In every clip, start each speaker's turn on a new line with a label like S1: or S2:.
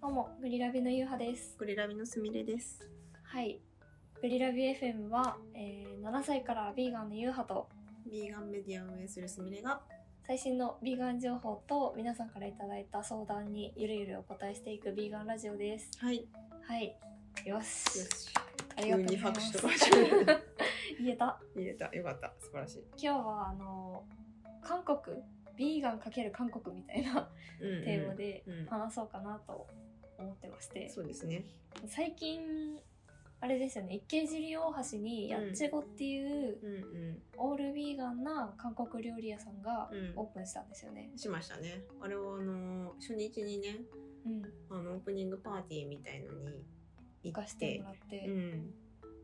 S1: どうも、ブリラビのゆうはです。
S2: ゴリラビのすみれです。
S1: はい。ブリラビ FM は、えー7歳からビーガンのゆうはと、
S2: ビーガンメディアを運営するすみれが、
S1: 最新のビーガン情報と、皆さんからいただいた相談にゆるゆるお答えしていくビーガンラジオです。
S2: はい、よ
S1: はい。よし。
S2: し。
S1: ありが
S2: 急
S1: とうござ
S2: に
S1: いま
S2: 拍手
S1: す
S2: と。かしない
S1: 言えた。
S2: 入れた、よかった、素晴らしい。
S1: 今日は、あの、韓国、ビーガン×韓国みたいな
S2: うんうん
S1: テーマで
S2: うん
S1: 話そうかなと思ってまして。
S2: そうですね。
S1: 最近あれですよね池尻大橋にやっちごっていう
S2: うんう
S1: オールヴィーガンな韓国料理屋さんが
S2: うん
S1: オープンしたんですよね
S2: ん。、しましたね。あれはあのー初日にね、
S1: うん、
S2: あのオープニングパーティーみたいのに
S1: 行
S2: 行
S1: か
S2: っ
S1: して
S2: て
S1: も、らって、
S2: うん、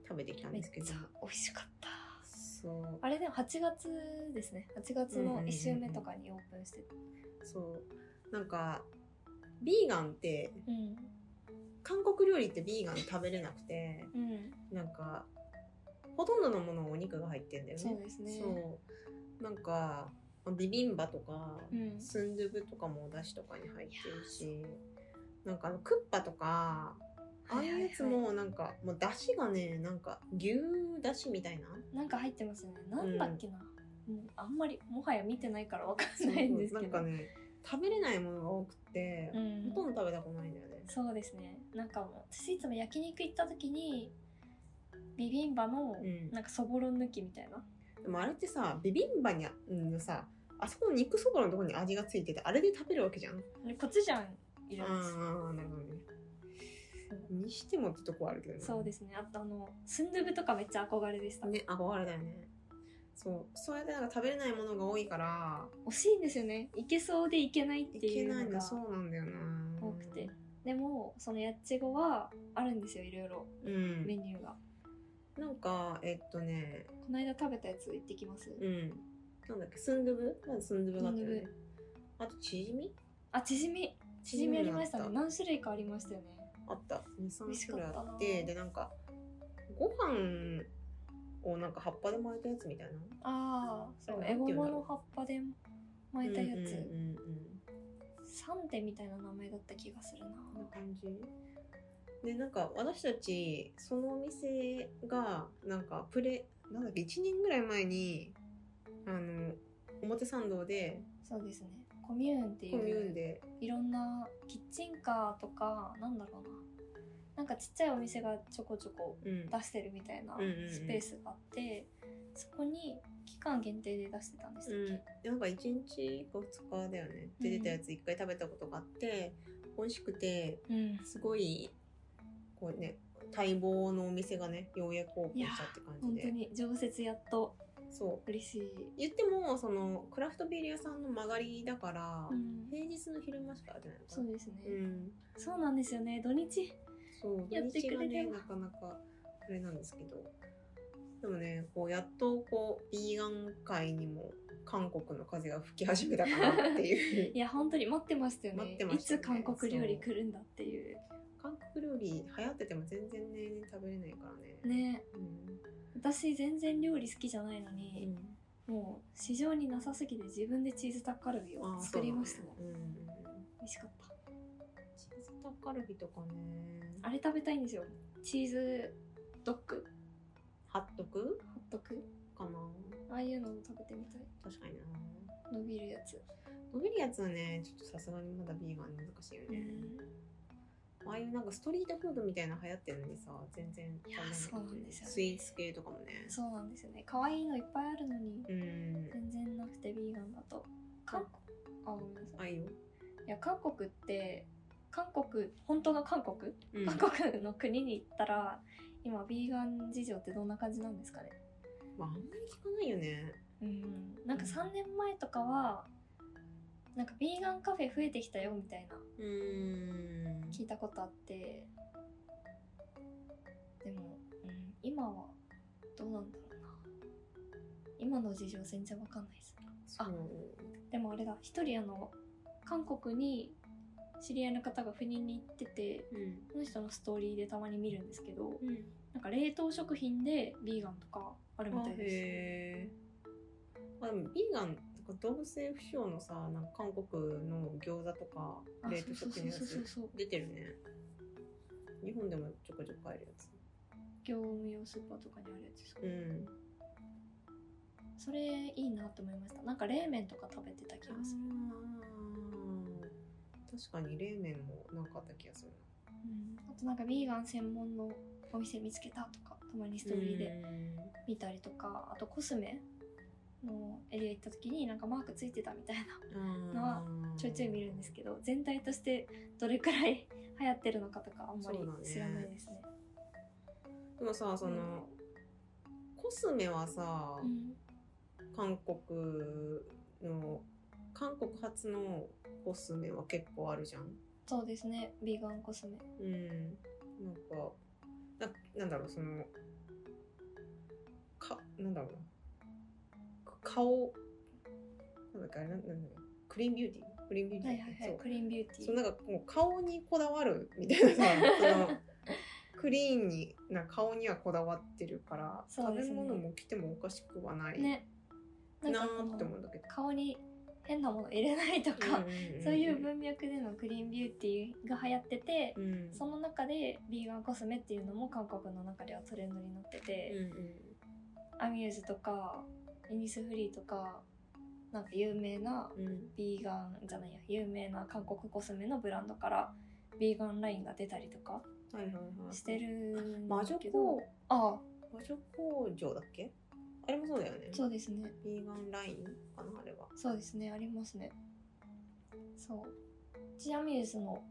S2: 食べてきたん
S1: めっ
S2: で
S1: ち
S2: すけど
S1: ゃ、美味しかった
S2: そう、
S1: あれでも8月ですね8月の1週目とかにオープンしてて
S2: そう、なんかビーガンって
S1: うん
S2: 韓国料理ってビーガン食べれなくて、
S1: うん
S2: なんかほとんどのものお肉が入ってんだよね。
S1: そうですね
S2: そうなんかビビンバとか、
S1: うん
S2: スンドゥブとかもお出汁とかに入ってるしなんかあのクッパとかああいうやつ
S1: はいはい
S2: もなんか、もう出汁がねなんか牛出汁みたいな
S1: なんか入ってますよねなんだっけな、もうあんまりもはや見てないからわかんないんです
S2: な
S1: け
S2: ん
S1: ど
S2: かね食べれないものが多くて
S1: う、ん
S2: ほとんど食べたことないんだよね。
S1: そうですねなんかもう私いつも焼肉行った時にビビンバの
S2: うん
S1: なんかそぼろ抜きみたいな、
S2: でもあれってさビビンバにあのさあそこの肉そばのところに味がついててあれで食べるわけじゃん。
S1: でコチュジャン入れます
S2: ああなるほどね。にしてもってとこはあるけどね。
S1: そうですねあとあのスンドゥブとかめっちゃ憧れでした、
S2: ね、憧れだよね。そう、そうやってなんか食べれないものが多いから、
S1: 惜しいんですよね行けそうで行けないって
S2: いけ
S1: いう
S2: ない
S1: んのが
S2: だ、そうなんだよな。
S1: 多くて。でもそのやっちごはあるんですよいろいろ
S2: う
S1: メ
S2: ん。
S1: ニューが、
S2: なんか、えっとね、
S1: この間食べたやつ行ってきます、
S2: うん。なんだっけ、スンドゥブまずスンドゥブがあったよ
S1: スン
S2: ね。あと、チヂミ
S1: あチヂミチヂミありましたね
S2: チヂミ
S1: 何種類かありましたよね
S2: あった。2、
S1: 美味し
S2: 3
S1: かっ
S2: 種類
S1: たな
S2: あって、で、なんか、ご飯をなんか葉っぱで巻いたやつみたいな。
S1: ああ
S2: それ
S1: エゴマの
S2: なんて言うんだろう
S1: 葉っぱで巻いたやつ、
S2: うんうんうんうん
S1: サンデみたいな名前だった気がするな。
S2: こんな感じでなんか私たちそのお店がなんかプレなんだっけ1年ぐらい前にあの表参道で
S1: そうですね。コミューンってい
S2: コミューン
S1: う
S2: で
S1: いろんなキッチンカーとかなんだろうな。なんかちっちゃいお店がちょこちょこ
S2: うん
S1: 出してるみたいな
S2: うんうんうん
S1: スペースがあって、そこに期間限定で出してたんです
S2: う
S1: よ。
S2: ん、なんか1日か2日だよねで出てたやつ1回食べたことがあって、美味しくて
S1: うん。
S2: すごいこうね待望のお店がねようやくオープンしたって感
S1: 本
S2: じ
S1: 当
S2: で
S1: に常設やっと
S2: そう
S1: 嬉しい。
S2: 言ってもそのクラフトビール屋さんの曲がりだから、
S1: うん
S2: 平日の昼間しかやってないのかな
S1: そうですね、
S2: うん
S1: そうなんですよね。土日。
S2: そう
S1: やってくれれば
S2: 土日がねなかなかあれなんですけどでもねこうやっとこうビーガン界にも韓国の風が吹き始めたかなっていう
S1: いや本当に待ってましたよね。
S2: 待ってました
S1: い
S2: ね
S1: つ韓国料理来るんだっていう。
S2: 韓国料理流行ってても全然ね食べれないからね
S1: ね
S2: うん
S1: 私全然料理好きじゃないの
S2: う
S1: に。
S2: ん
S1: もう市場になさすぎて自分でチーズタッカルビを
S2: あ
S1: 作りましたね
S2: そうなんだうん
S1: 美味しかった
S2: チーズタッカルビとかね
S1: あれ食べたいんですよチーズドッグ
S2: 貼っとく
S1: ホットク
S2: かな
S1: ああいうのも食べてみたい
S2: 確かにな
S1: 伸びるやつ、
S2: 伸びるやつはねちょっとさすがにまだビーガン難しいよね、ああいうなんかストリートフードみたいなの流行ってるのにさ全然
S1: いやそうなんですよね
S2: スイーツ系とかもね
S1: そうなんですよね可愛いのいっぱいあるのに
S2: うん
S1: 全然なくてビーガンだと韓国あごめんなさ
S2: あいい
S1: い
S2: よ、
S1: いや韓国って韓国本当の韓国、
S2: うん
S1: 韓国の国に行ったら今ビーガン事情ってどんな感じなんですかね
S2: まああんまり聞かないよね
S1: うん、なんか3年前とかはなんかビーガンカフェ増えてきたよみたいな
S2: うん
S1: 聞いたことあってでも、うん、今はどうなんだろうな今の事情全然わかんないです
S2: そう
S1: でもあれだ一人あの韓国に知り合いの方が赴任に行ってて
S2: うん
S1: その人のストーリーでたまに見るんですけど
S2: うん
S1: なんか冷凍食品でビーガンとかあるみ
S2: あ
S1: たいです
S2: へえまあでもビーガンとか動物性不詳のさなんか韓国の餃子とか
S1: あ
S2: 冷凍
S1: そうそ
S2: 食
S1: う
S2: 品のや
S1: そうそう
S2: つ
S1: そう
S2: 出てるね日本でもちょこちょこ買えるやつ
S1: 業務用スーパーとかにあるやつですか、
S2: うん
S1: それいいなって思いましたなんか冷麺とか食べてた気
S2: あ
S1: がする、
S2: ー確かに冷麺もなんかあった気がする
S1: うん、あとなんかヴィーガン専門のお店見つけたとかたまにストーリーで見たりとかあとコスメのエリア行った時になんかマークついてたみたいなのはちょいちょい見るんです
S2: け
S1: けど全体としてどれくらい流行ってるのかとかあんまり
S2: そうだね
S1: 知らないですね。
S2: どでもさその、コスメはさ、
S1: うん
S2: 韓国の韓国発のコスメは結構あるじゃん
S1: そうですねヴィーガンコスメ
S2: うんなんかななんだろうそのかなんだろうなか顔なんだっけあれなんなんだろうクリーンビューティークリーンビューテ
S1: は
S2: ィ
S1: い
S2: ー
S1: はいは
S2: そう
S1: いクリーンビューティー
S2: そうなんかもう顔にこだわるみたいなさそのクリーンにな顔にはこだわってるから、
S1: そう
S2: 食
S1: で
S2: べ
S1: すね
S2: 物も着てもおかしくはない
S1: ねなん
S2: な
S1: かこ
S2: ーって思
S1: の
S2: うんだけど。
S1: 顔に変なもの入れないとか、そういう文脈でのクリーンビューティーが流行ってて、
S2: うんうんうん、
S1: その中でヴィーガンコスメっていうのも韓国の中ではトレンドになって
S2: うん
S1: て、
S2: うん
S1: アミューズとかイニスフリーとかなんか有名な
S2: うん
S1: ヴィーガンじゃないや有名な韓国コスメのブランドからヴィーガンラインが出たりとか
S2: はいはいはい、
S1: してるんだ
S2: 魔女
S1: け
S2: 工
S1: どああ
S2: 魔女工場だっけあれもそうだよね
S1: そうですね
S2: ビーガンラインかなあれは
S1: そうですねありますねそうちなみにその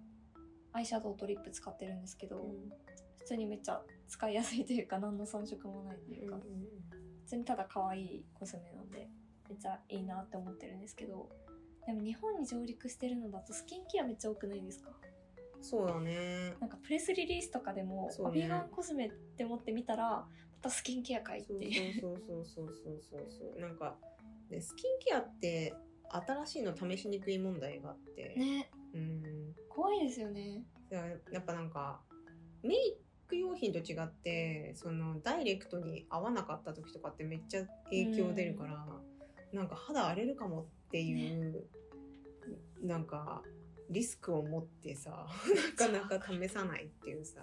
S1: アイシャドウとリップ使ってるんですけど、普通にめっちゃ使いやすいというか何の遜色もないというか、普通にただ可愛いコスメなんでめっちゃいいなって思ってるんですけどでも日本に上陸してるのだとスキンケアめっちゃ多くないですか
S2: そうだね
S1: なんかプレスリリースとかでも、
S2: そう
S1: ビ
S2: ね
S1: ーガンコスメって思ってみたらまたスキンケアかいって
S2: そう
S1: いう
S2: そうそうそうそうそうそうそうなんかでスキンケアって新しいの試しにくい問題があって、
S1: ね
S2: うん
S1: 怖いですよね
S2: だからやっぱなんかメイク用品と違ってそのダイレクトに合わなかった時とかってめっちゃ影響出るから、なんか肌荒れるかもっていう、なんかリスクを持ってさなかなか試さないっていうさ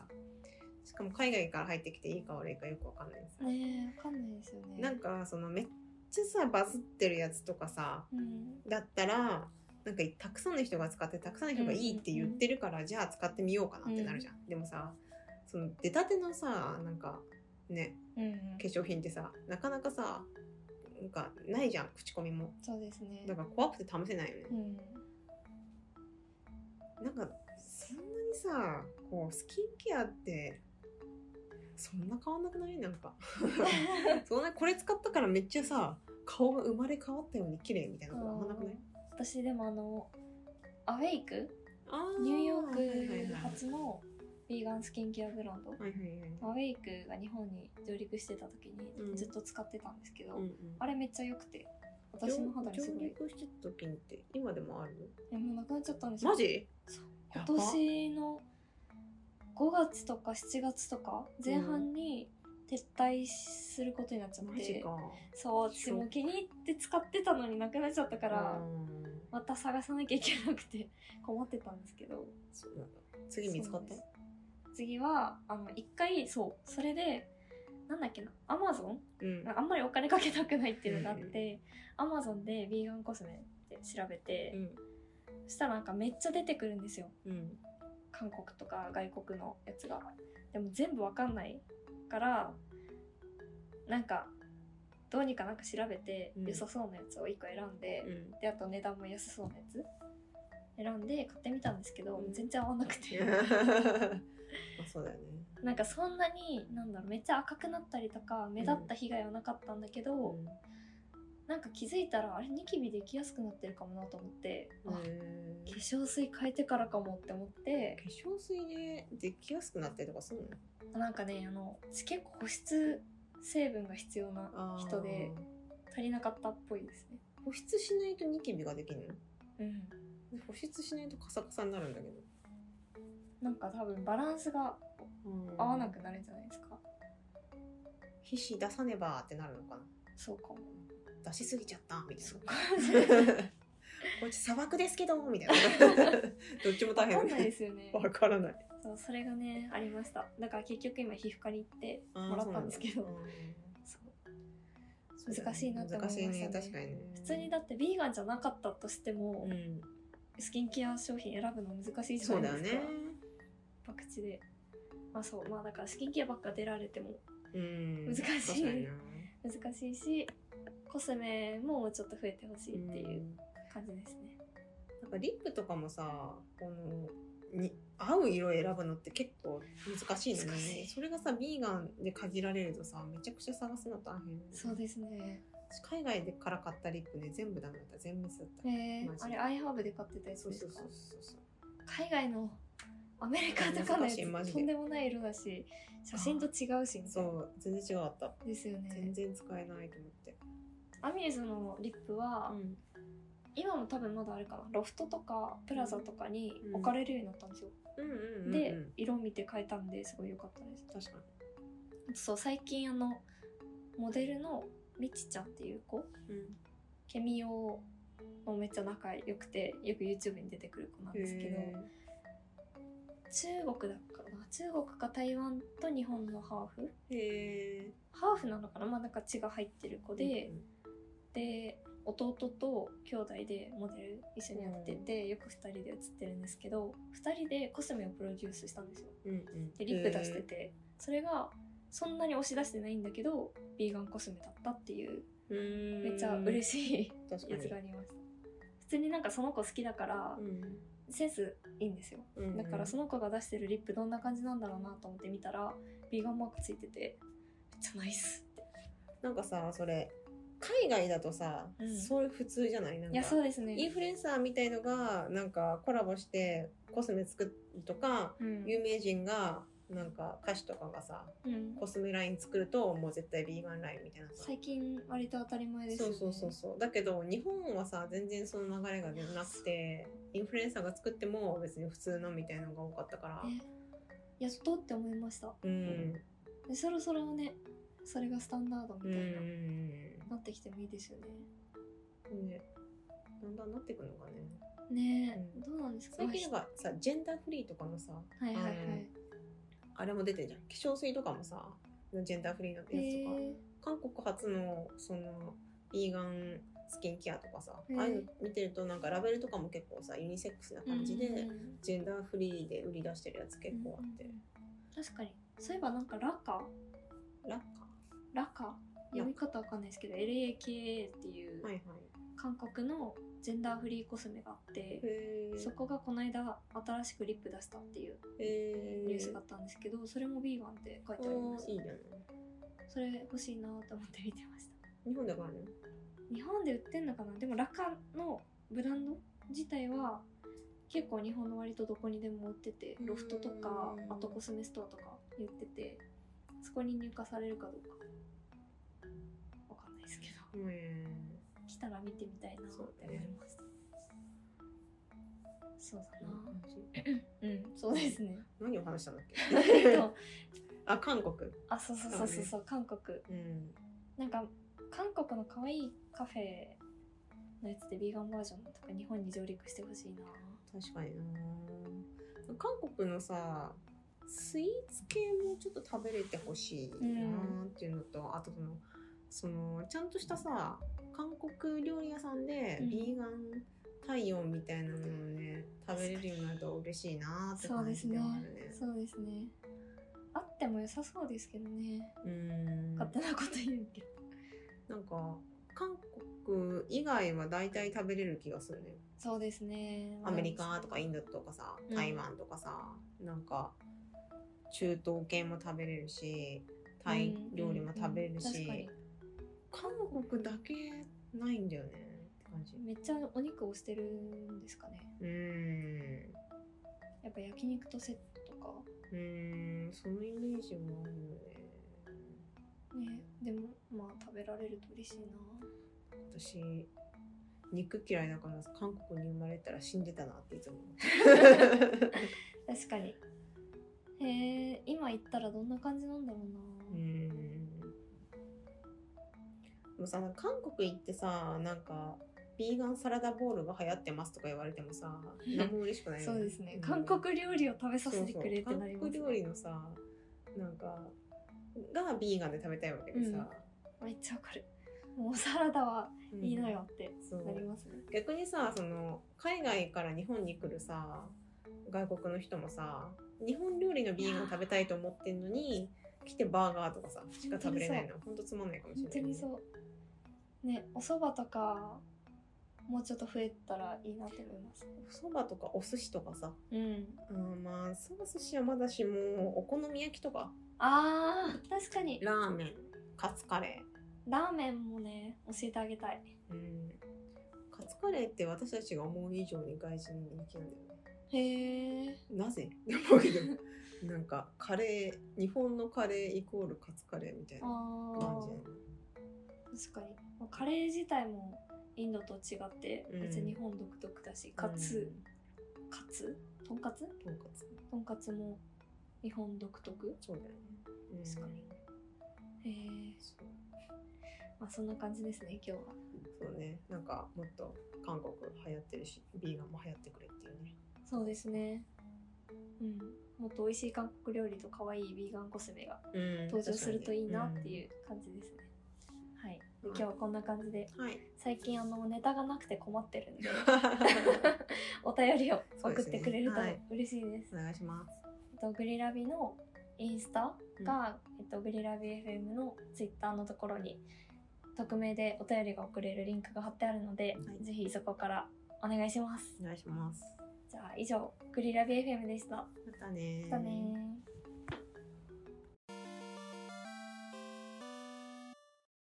S2: しかも海外から入ってきていいか悪いかよくわかんないさ、
S1: ねえわかんないですよね
S2: なんかそのめっちゃさバズってるやつとかさ
S1: うん
S2: だったらなんかたくさんの人が使ってたくさんの人がいいって言ってるから、じゃあ使ってみようかなってなるじゃん、でもさその出たてのさなんかね
S1: うん
S2: 化粧品ってさなかなかさなんかないじゃん口コミも
S1: そうですね
S2: だから怖くて試せないよね
S1: う、 ん
S2: なんかそんなにさこうスキンケアってそんな変わんなくないなんかそんなこれ使ったからめっちゃさ顔が生まれ変わったように綺麗みたいなことあんまなくない
S1: 私でもあのアウェイクニ
S2: ニ
S1: ュ
S2: ュ
S1: ー
S2: ー
S1: ヨ
S2: ヨ
S1: ー
S2: ー
S1: ク
S2: ク
S1: 発のヴィーガンスキンケアブランド
S2: はいはいはい
S1: アウェイクが日本に上陸してた時
S2: うん
S1: にずっと使ってたんですけど、
S2: うんうん、
S1: あれめっちゃ良くて私の肌にすごい
S2: 上上陸してた時にって今でもある
S1: えもうなくなっちゃったんですよ
S2: マジ
S1: そう
S2: や
S1: 今
S2: ば
S1: 年の5月とか7月とか前半に撤退することになっちゃっ
S2: マジ
S1: て、
S2: か
S1: そう私もう気に入って使ってたのになくなっちゃったか、
S2: から
S1: また探さなきゃいけなくて困ってたんですけど
S2: そうなんだ次見つかっ
S1: そ
S2: た
S1: うです次はあの一回そうそれでなんだっけなアマゾン
S2: うん
S1: あんまりお金かけたくないっていうのがあってアマゾンでヴィーガンコスメって調べて、
S2: うん
S1: そしたらなんかめっちゃ出てくるんですよ
S2: うん
S1: 韓国とか外国のやつがでも全部わかんないからなんかどうにかなんか調べて
S2: うん
S1: 良さそうなやつを1個選んで、
S2: うん
S1: であと値段も安そうなやつ選んで買ってみたんですけど、
S2: うん
S1: 全然合わなく て
S2: まあそうだよね
S1: なんかそんなになんだろうめっちゃ赤くなったりとか目立った被害はなかったんだけど、
S2: うん
S1: なんか気づいたらあれニキビできやすくなってるかもなと思って、あ
S2: へ
S1: 化
S2: ー
S1: 粧水変えてからかもって思って
S2: 化粧水でできやすくなってとかそうなの
S1: なんかねあの私結構保湿成分が必要な
S2: あー
S1: 人で足りなかったっぽいですね
S2: 保湿しないとニキビができる
S1: うん
S2: の保湿しないとカサカサになるんだけど
S1: なんか多分バランスが合わなくなるんじゃないですか、
S2: 皮脂出さねばってなるのかな
S1: そうかも
S2: 出しすぎちゃったみたい
S1: そっか
S2: な こっち砂漠ですけどみたいな どっちも大
S1: 分
S2: 変
S1: かんないですよね
S2: わからない
S1: そうそれがねありましただから結局今皮膚科に行って
S2: あー
S1: もらったんですけ
S2: そ
S1: ど
S2: うなんだ
S1: そう
S2: うん
S1: 難しいなって思いましたね
S2: 難しいね確かにね
S1: 普通にだってビーガンじゃなかったとしても、
S2: うん
S1: スキンケア商品選ぶの難しいじ
S2: そ
S1: ゃ
S2: う
S1: な
S2: だ
S1: い
S2: よ
S1: ですか、
S2: ね
S1: 博打でまあそうまあだからスキンケアばっか出られても
S2: うん
S1: 難しい
S2: 確かにな
S1: 難しいしコスメももうちょっと増えてほしいっていううん感じですね、
S2: なんかリップとかもさこのに合う色選ぶのって結構難しいの
S1: 難し
S2: ね
S1: い
S2: それがさビーガンで限られるとさめちゃくちゃ探すの大変
S1: そうですね
S2: 海外でから買ったリップね全部ダメだった全滅だった、
S1: えー
S2: マジ
S1: あれアイハーブで買ってたやつ
S2: そう
S1: です
S2: そう
S1: か
S2: そうそうそう
S1: 海外のアメリカとかのや
S2: 難しいマジ
S1: つ
S2: で
S1: とんでもない色だし写真と違うしみた
S2: そ
S1: いな
S2: う全然違かった
S1: ですよ
S2: 全
S1: ね
S2: 然使えないと思って、
S1: アミューズのリップは、今も多分まだあるかなロフトとかプラザとかに
S2: うん
S1: 置かれるようになったんですよ、
S2: うんうんうんうん
S1: で色見て変えたんですごい良かったです
S2: 確か
S1: あとそう最近あのモデルのみちちゃんっていう子
S2: に、
S1: ケミオもめっちゃ仲良くてよく YouTube に出てくる子なんですけど
S2: へ
S1: 中国だからな中国か台湾と日本のハーフ
S2: ーへ
S1: ハーフなのかなまあなんか血が入ってる子
S2: ー
S1: で、で弟と兄弟でモデル一緒にやってて、よく2人で写ってるんですけど2人でコスメをプロデュースしたんですよ
S2: うんうん
S1: でリップ出してて、それがそんなに押し出してないんだけどヴィーガンコスメだったっていうめっちゃ嬉
S2: し
S1: しい
S2: い確か
S1: やつ
S2: に
S1: がありました普通になんかその子好きだから、センスいいんですよ
S2: うん
S1: だからその子が出してるリップどんな感じなんだろうなと思って見たらヴィーガンマークついててめっちゃナイス
S2: なんかさそれ海外だとさ、
S1: うん
S2: それ普通じゃないなん
S1: い
S2: か
S1: やそうですね
S2: インフルエンサーみたいのがなんかコラボしてコスメ作るとか、
S1: うん
S2: 有名人がなんか歌手とかがさ
S1: うん
S2: コスメライン作るともう絶対ビーガンラインみたいなさ、
S1: 最近割と当たり前ですよ
S2: そう
S1: ね
S2: そうそうそうだけど日本はさ全然その流れがなくてインフルエンサーが作っても別に普通のみたいなのが多かったから、
S1: ねやっとって思いました
S2: うん
S1: でそろそろねそれがスタンダード
S2: う
S1: み
S2: ん
S1: たいな、
S2: ね
S1: なってきてもいいですよね
S2: だんだんなってくのかね
S1: ねえ、
S2: うん
S1: どうなんですか
S2: 最近なんかさジェンダーフリーとかのさ
S1: はいはいはい
S2: あれも出てるじゃん化粧水とかもさジェンダーフリーのやつとか、
S1: え
S2: 韓国発のそのヴィーガンスキンケアとかさ、
S1: へー
S2: ああいうの見てるとなんかラベルとかも結構さユニセックスな
S1: ー
S2: 感じで、
S1: うん
S2: ジェンダーフリーで売り出してるやつ結構あって、
S1: 確かにそういえばなんかラカ
S2: ラッカ
S1: ラカ読み方わかんないですけど LAKA ってい
S2: ーはいうはい
S1: 韓国のジェンダーフリーコスメがあって、
S2: へー
S1: そこがこの間新しくリップ出したっていう
S2: へー
S1: ニュースがあったんですけどそれもヴィーガンって書い
S2: あ
S1: てありまし
S2: ー
S1: た
S2: いいじゃない
S1: それ欲しいなと思って見てました
S2: 日本で買えるの
S1: 日本で売ってんのかなでもラカのブランド自体は結構日本の割とどこにでも売っててロフトとか
S2: うん
S1: あとコスメストアとか言っててそこに入荷されるかどうかわかんないですけど
S2: へ
S1: 来たら見てみたいなって思いましたそう
S2: ー
S1: だなうんそうです ね
S2: 何を話したんだっ
S1: えっ
S2: け
S1: と
S2: あ韓国
S1: あそうそうそうそうそう韓国
S2: うん
S1: なんか韓国の可愛いカフェのやつでビーガンバージョンとか日本に上陸してほしいな
S2: 確かにな韓国のさスイーツ系もちょっと食べれてほしいなっていうのと、あとそのそのちゃんとしたさ韓国料理屋さんで
S1: うん
S2: ビーガン対応みたいなのをね食べれるようになると嬉しいなって
S1: そう
S2: 感
S1: です
S2: じで
S1: ね
S2: はあるね。
S1: そうですねあっても良さそうですけどね
S2: うん
S1: 勝手なこと言うけど
S2: なんか韓国以外は大体食べれる気がするね。
S1: そうですね
S2: アメリカとかインドとかさ
S1: うん
S2: 台湾とかさ、なんか中東系も食べれるしタイ料理も食べれるし、
S1: うんうんうん確か
S2: 韓国だけないんだよねって感じ
S1: にめっちゃお肉をしてるんですかね
S2: うーん
S1: やっぱ焼肉とセットとか
S2: うーんそのイメージもあるよね
S1: ねでもまあ食べられると嬉しいな
S2: 私肉嫌いだから韓国に生まれたら死んでたなっていつも思う
S1: 確かにへえ今行ったらどんな感じなんだろうな
S2: うーんでもさ韓国行ってさなんかビーガンサラダボールが流行ってますとか言われても さ何も嬉しくないよ
S1: そうですね、
S2: ん
S1: 韓国料理を食べさ
S2: そう
S1: せ
S2: そう
S1: てくれってなります、ね、
S2: 韓国料理のさなんかがビーガンで食べたいわけでさ、
S1: めっちゃわかるもうサラダは
S2: うん
S1: いいのよって
S2: そう
S1: なりますね、
S2: 逆にさその海外から日本に来るさ外国の人もさ日本料理のビーガン食べたいと思ってんのに来てバーガーとかさしか食べれないのほんとつまんないかもし
S1: 本
S2: れな
S1: 当
S2: いね、
S1: にそうねお蕎麦とかもうちょっと増えたらいいなって思いますね
S2: そばとかお寿司とかさ
S1: うん
S2: うんまあそば寿司はまだしもお好み焼きとか
S1: あー確かに
S2: ラーメンカツカレ
S1: ラーメンもね教えてあげたい
S2: ーうんカツカレーって私たちが思う以上に外人に人気なんだよね
S1: へえ
S2: なぜ って思うけどなんかカレー日本のカレーイコールカツカレーみたいな
S1: あ
S2: 感じだよね
S1: ー確かにまあカレー自体もインドと違って
S2: うん
S1: 別に日本独特だし、かつ、かつとんかつ
S2: うんとんかつ
S1: とんかつも日本独特
S2: そうだよね、うん
S1: 確かにへえ
S2: そう
S1: まあそんな感じですね今日は
S2: そうねなんかもっと韓国流行ってるしビーガンも流行ってくれっていうね
S1: そうですねうんもっと美味しい韓国料理と可愛いビーガンコスメが登場するといいなっていう感じですね、はいで今日はこんな感じで
S2: うん、はい
S1: 最近あのネタがなくて困ってるん でお便りを送ってくれると
S2: そうですねはい
S1: 嬉しいです
S2: お願いします
S1: えっと、グリラビのインスタが、えっと、グリラビ FM のツイッターのところに匿名でお便りが送れるリンクが貼ってあるので、
S2: はい
S1: ぜひそこからお願いします
S2: お願いします
S1: じゃあ以上グリラビ FM でしたま
S2: またねー
S1: たねー